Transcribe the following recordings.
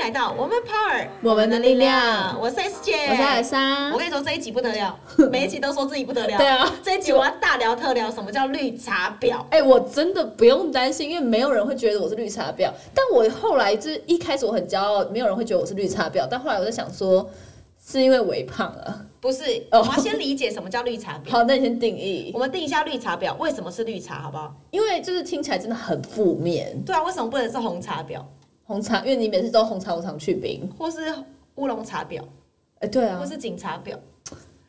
来到我们 Power 我们的力量我是 S 姐，我是海莎我。跟你说这一集不得 了，每一集都说自己不得了。对啊，这一集我要大聊特聊什么叫绿茶婊。哎、我真的不用担心，因为没有人会觉得我是绿茶婊。但我后来就是一开始我很骄傲，没有人会觉得我是绿茶婊。但后来我在想说，是因为微胖了。不是，哦我们要先理解什么叫绿茶婊。好，那你先定义我，们定一下绿茶婊为什么是绿茶，好不好？因为就是听起来真的很负面。对啊，为什么不能是红茶婊，红茶，因为你每次都红茶无糖去冰。或是乌龙茶婊，哎、对或啊，是警察婊，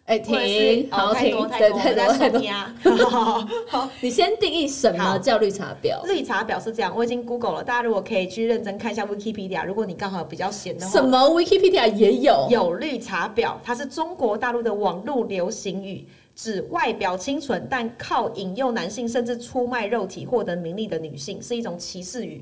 哎、或者是停，哦好太停多，太对，多，太我多太在说多你。啊。 好你先定义什么好叫绿茶婊？绿茶婊是这样，我已经 Google 了，大家如果可以去认真看一下 Wikipedia，如果你刚好比较闲的话什，么 Wikipedia 也有，有绿茶婊，它是中国大陆的网络流行语，指外表清纯但靠引诱男性甚至出卖肉体获得名利的女性，是一种歧视语。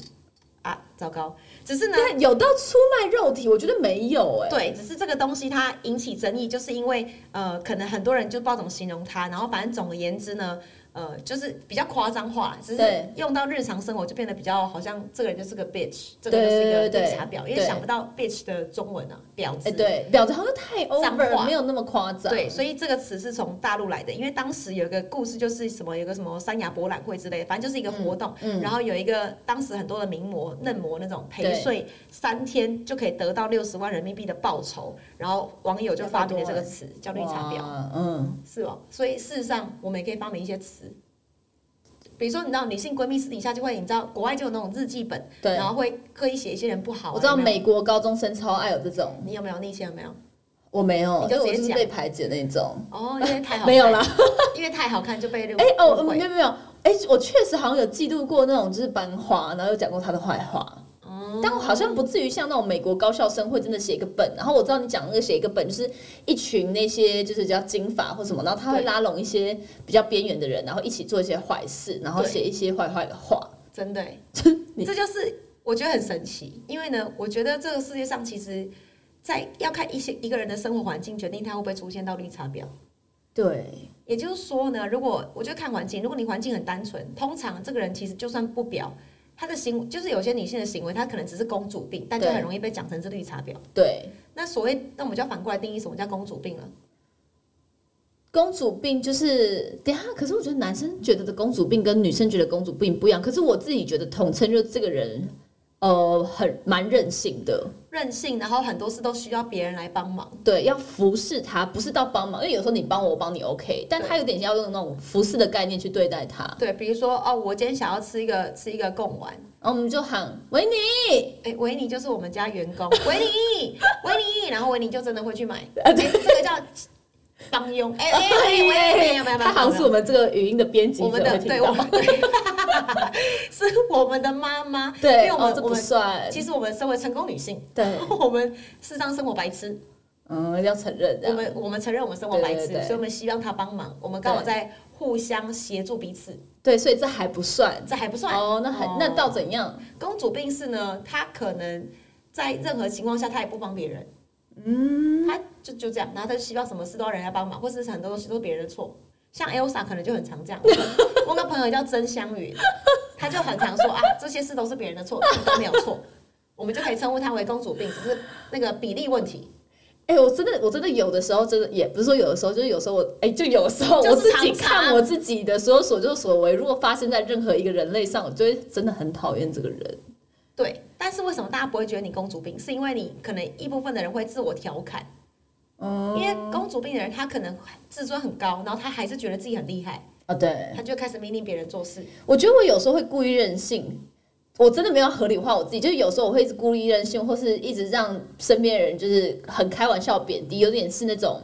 啊，糟糕！只是呢，但啊有到出卖肉体，我觉得没有哎、对，只是这个东西它引起争议，就是因为呃，可能很多人就不知道怎么形容它，然后反正总而言之呢，呃，就是比较夸张化，只是对用到日常生活就变得比较好像这个人就是个 bitch，这个对就是一个对对绿对茶婊，因为对想不到 bitch 的中文啊，婊子。哎、对，婊子好像太脏 over，话没有那么夸张。对，所以这个词是从大陆来的，因为当时有一个故事，就是什么有个什么三亚博览会之类的，反正就是一个活动，嗯嗯然后有一个当时很多的名模、嫩模那种陪睡三天就可以得到六十万人民币的报酬，然后网友就发明了这个词叫绿茶婊，哇，嗯，是哦。所以事实上，我们也可以发明一些词。比如说，你知道女性闺蜜私底下就会，你知道国外就有那种日记本，对然，后会刻意写一些人不好啊、我知道有没有美国高中生超爱有这种，你有没有？你以前有没有？我没有，你因就为我直接就是讲被排挤的那种。哦，因为太好看， 没有啦，因为太好看就被哎、哦，误会没有没有，哎、我确实好像有记录过那种就是班花，然后有讲过她的坏话。哦但我好像不至于像那种美国高校生会真的写一个本，然后我知道你讲那个写一个本，就是一群那些就是叫金发或什么，然后他会对拉拢一些比较边缘的人，然后一起做一些坏事，然后对写一些坏坏的话。真的欸， 你这就是我觉得很神奇。因为呢，我觉得这个世界上其实，在要看一些一个人的生活环境，决定他会不会出现到绿茶婊。对，也就是说呢，如果我觉得看环境，如果你环境很单纯，通常这个人其实就算不婊，他的行为就是有些女性的行为，她可能只是公主病，但就对很容易被讲成是绿茶婊。对，那所谓，那我们就要反过来定义什么叫公主病 了。公主病就是等一下，可是我觉得男生觉得的公主病跟女生觉得公主病不一样。可是我自己觉得统称就是这个人，呃，很蛮任性的，任性，然后很多事都需要别人来帮忙。对，要服侍他，不是到帮忙，因为有时候你帮我，我帮你 OK，但他有点像要用那种服侍的概念去对待他，对，比如说哦，我今天想要吃一个吃一个贡丸，然后我们就喊维尼，哎、维尼就是我们家员工，维 尼，维尼，然后维尼就真的会去买，啊哎、这个叫帮佣，哎哎哎，维尼，没有没有没有，他好像是我们这个语音的编辑我们者的会对，听我到，们是我们的妈妈，对，因为我哦们、这我不们算，其实我们身为成功女性， 对，我们事实上生活白痴，嗯，要承认我的，们我们承认我们生活白痴，对对对所以我们希望她帮忙，我们刚好在互相协助彼此，对，所以这还不算，这还不算。哦，那还哦那到怎样？公主病是呢，她可能在任何情况下她也不帮别人。嗯，他就就这样，然后他就希望什么事都要人家帮忙，或是很多东西都是别人的错。像 Elsa 可能就很常这样，我有个朋友叫曾香云，她就很常说啊，这些事都是别人的错，你都没有错，我们就可以称呼她为公主病，只是那个比例问题，哎、我真的，我真的有的时候，真的也不是说有的时候，就是有时候我，哎、就有时候就是我自己常常看我自己的所有所作所为，如果发生在任何一个人类上，我就会真的很讨厌这个人。对。但是为什么大家不会觉得你公主病？是因为你可能一部分的人会自我调侃，嗯因为公主病的人他可能自尊很高，然后他还是觉得自己很厉害，啊，对，他就开始命令别人做事。我觉得我有时候会故意任性，我真的没有合理化我自己，就是有时候我会一直故意任性，或是一直让身边的人就是很开玩笑贬低，有点是那种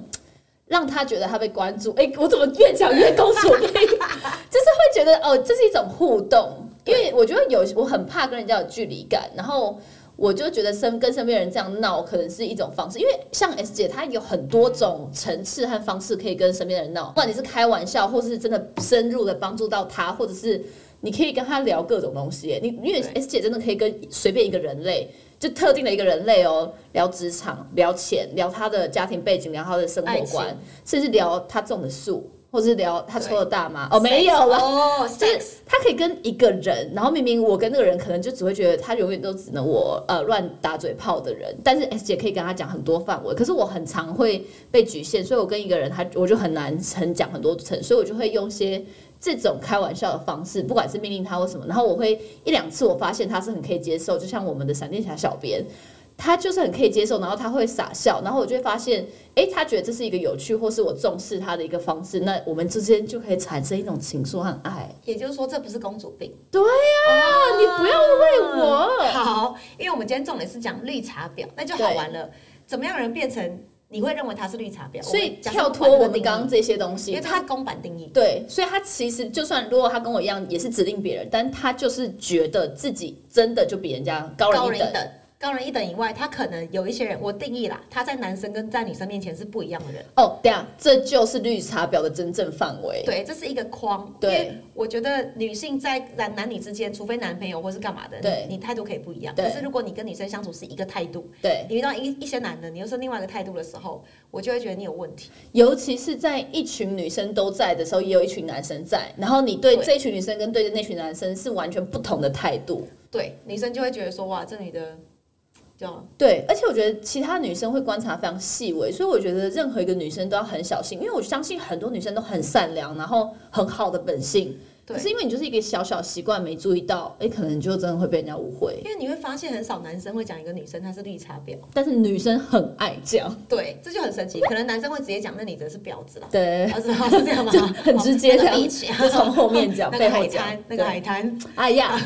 让他觉得他被关注。哎、我怎么越讲越公主病？就是会觉得哦，这是一种互动，因为我觉得有我很怕跟人家有距离感，然后。我就觉得身跟身边人这样闹，可能是一种方式，因为像 S 姐她有很多种层次和方式可以跟身边的人闹，不管你是开玩笑，或是真的深入的帮助到他，或者是你可以跟他聊各种东西耶。你因为对 S 姐真的可以跟随便一个人类，就特定的一个人类哦，聊职场、聊钱、聊他的家庭背景、聊他的生活爱情观，甚至聊他种的树。或是聊他抽了大麻哦，没有了。哦就是，sex，他可以跟一个人，然后明明我跟那个人可能就只会觉得他永远都只能我呃乱打嘴炮的人，但是 S 姐可以跟他讲很多范围，可是我很常会被局限，所以我跟一个人他我就很难很讲很多层，所以我就会用些这种开玩笑的方式，不管是命令他或什么，然后我会一两次我发现他是很可以接受，就像我们的闪电侠小编。他就是很可以接受，然后他会傻笑，然后我就会发现，诶，他觉得这是一个有趣，或是我重视他的一个方式，那我们之间就可以产生一种情愫和爱。也就是说这不是公主病。啊对呀、啊你不要为我。好，因为我们今天重点是讲绿茶婊，那就好玩了。怎么样人变成你会认为他是绿茶婊？所以我假设跳脱公版我的们定义刚刚这些东因西，为他它是公版定义，对，所以他其实就算如果他跟我一样也是指定别人，但他就是觉得自己真的就比人家高高人人一一等。等。高人一等以外，他可能有一些人，我定义啦，他在男生跟在女生面前是不一样的人。哦，对啊，这就是绿茶婊的真正范围。对，这是一个框。对，我觉得女性在男男女之间，除非男朋友或是干嘛的，对你你态度可以不一样。对可是如果你跟女生相处是一个态度，对，你遇到一一些男的，你又是另外一个态度的时候，我就会觉得你有问题。尤其是在一群女生都在的时候，也有一群男生在，然后你对对这一群女生跟对那群男生是完全不同的态度。对，女生就会觉得说，哇，这女的，这样对，而且我觉得其他女生会观察非常细微，所以我觉得任何一个女生都要很小心，因为我相信很多女生都很善良，然后很好的本性，对可是因为你就是一个小小习惯没注意到，哎，可能就真的会被人家误会。因为你会发现很少男生会讲一个女生她是绿茶婊，但是女生很爱讲，对，这就很神奇。可能男生会直接讲那女的是婊子啦，对，啊是吗？是这样吗？就很直接这样哦那个 bitch 就从 后面讲，那背个后海讲滩，，那对个海滩。哎呀，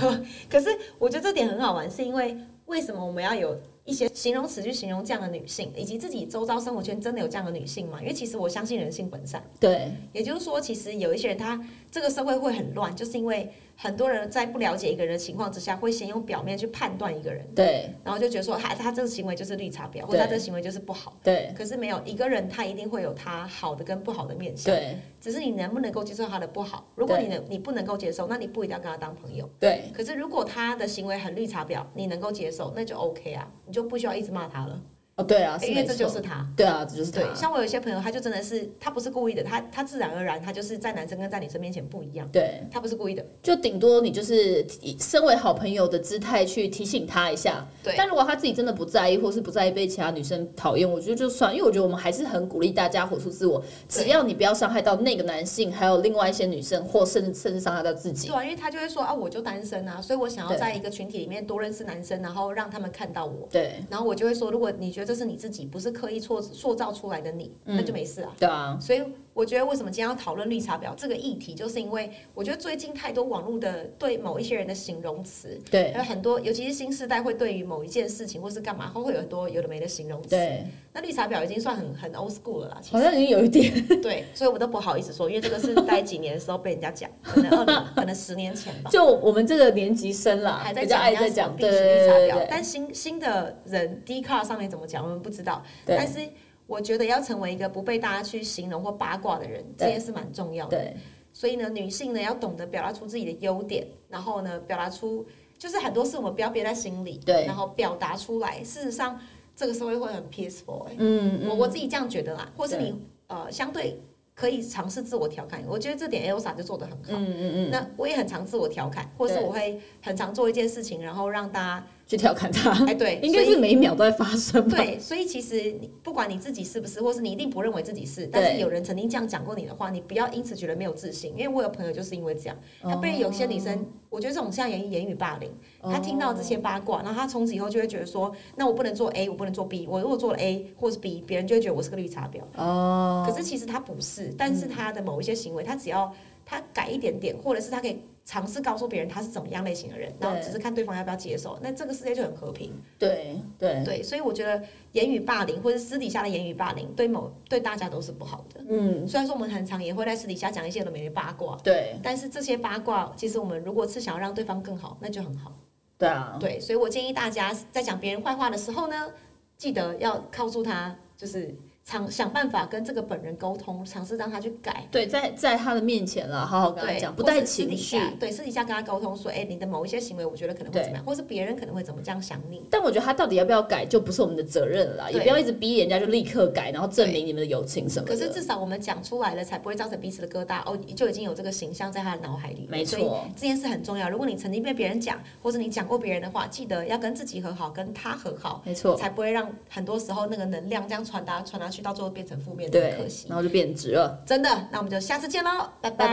可是我觉得这点很好玩，是因为为什么我们要有一些形容词去形容这样的女性，以及自己周遭生活圈真的有这样的女性吗？因为其实我相信人性本善，对也就是说，其实有一些人他这个社会会很乱，就是因为很多人在不了解一个人的情况之下，会先用表面去判断一个人，对然后就觉得说他他这个行为就是绿茶婊，或对者他这个行为就是不好。对可是没有一个人，他一定会有他好的跟不好的面相，对只是你能不能够接受他的不好。如果对你能，你不能够接受，那你不一定要跟他当朋友。对，可是如果他的行为很绿茶婊，你能够接受，那就 OK 啊，你就不需要一直骂他了，哦对啊，是因为没这就错，是他。对啊，这就是他对，，像我有一些朋友，他就真的是他不是故意的，他他自然而然他就是在男生跟在女生面前不一样，对。他不是故意的。就顶多你就是以身为好朋友的姿态去提醒他一下。对但如果他自己真的不在意，或是不在意被其他女生讨厌，我觉得就算，因为我觉得我们还是很鼓励大家活出自我，对只要你不要伤害到那个男性，还有另外一些女生，或甚至甚至伤害到自己对。啊，因为他就会说啊，我就单身啊，所以我想要对在一个群体里面多认识男生，然后让他们看到我。对，然后我就会说，如果你觉得这是你自己，不是刻意塑塑造出来的你，嗯那就没事啊。对啊，所以我觉得为什么今天要讨论绿茶婊这个议题，就是因为我觉得最近太多网络的对某一些人的形容词，对还有很多，尤其是新时代会对于某一件事情或是干嘛，它会有很多有的没的形容词。对，那绿茶婊已经算很很 old school 了啦，其好像已经有一点。实对，所以我都不好意思说，因为这个是在几年的时候被人家讲，可能二零，可能十年前吧。就我们这个年级生啦，还在啊比较讲爱人在家什么讲，必对须对绿茶对婊，对但新新的人 d c a r 上面怎么讲，我们不知道。对但是我觉得要成为一个不被大家去形容或八卦的人，这对件事蛮重要的。对所以呢，女性呢要懂得表达出自己的优点，然后呢表达出就是很多事我们不要憋在心里，对然后表达出来。事实上，这个社会会很 peaceful、欸。嗯我嗯，我自己这样觉得啦，或是对你呃相对可以尝试自我调侃，我觉得这点 Elsa 就做得很好。嗯嗯那我也很常自我调侃，或是对我会很常做一件事情，然后让大家嗯，去调侃他，哎对，应该所以是每一秒都在发生吧？对，所以其实你不管你自己是不是，或是你一定不认为自己是，但是有人曾经这样讲过你的话，你不要因此觉得没有自信，因为我有朋友就是因为这样，他被有些女生，我觉得这种像言言语霸凌，哦他听到这些八卦，然后他从此以后就会觉得说，那我不能做 A，我不能做 B，我如果做了 A 或是 B，别人就会觉得我是个绿茶婊。哦，可是其实他不是，但是他的某一些行为，他只要他改一点点，或者是他可以尝试告诉别人他是怎么样类型的人，然后对只是看对方要不要接受，那这个世界就很和平。对对，对，所以我觉得言语霸凌或者私底下的言语霸凌，对某对大家都是不好的。嗯，虽然说我们很常也会在私底下讲一些有的没的八卦，对但是这些八卦其实我们如果是想要让对方更好，那就很好。对啊，对，所以我建议大家在讲别人坏话的时候呢，记得要告诉他，就是尝想办法跟这个本人沟通，尝试让他去改。对，在在他的面前了，好好跟他对，讲，不或带是私底情绪。下，对，私底下跟他沟通说，哎、你的某一些行为，我觉得可能会对怎么样，或是别人可能会怎么这样想你。但我觉得他到底要不要改，就不是我们的责任了啦，也对不要一直逼人家就立刻改，然后证明你们的友情什么的。可是至少我们讲出来了，才不会造成彼此的疙瘩哦，就已经有这个形象在他的脑海里了。没所以错，这件事很重要。如果你曾经被别人讲，或者你讲过别人的话，记得要跟自己和好，跟他和好，没错，才不会让很多时候那个能量这样传达传达去，到最后变成负面的，对很可，惜。然后就变直了。真的，那我们就下次见喽，拜拜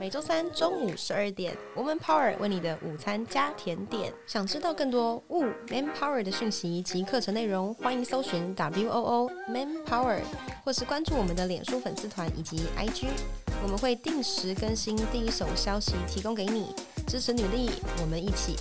每周三中午十二点，Woman Power 为你的午餐加甜点。想知道更多 Wo Man Power 的讯息及课程内容，欢迎搜寻 W O O Man Power，或是关注我们的脸书粉丝团以及 IG，我们会定时更新第一手消息，提供给你支持女力，我们一起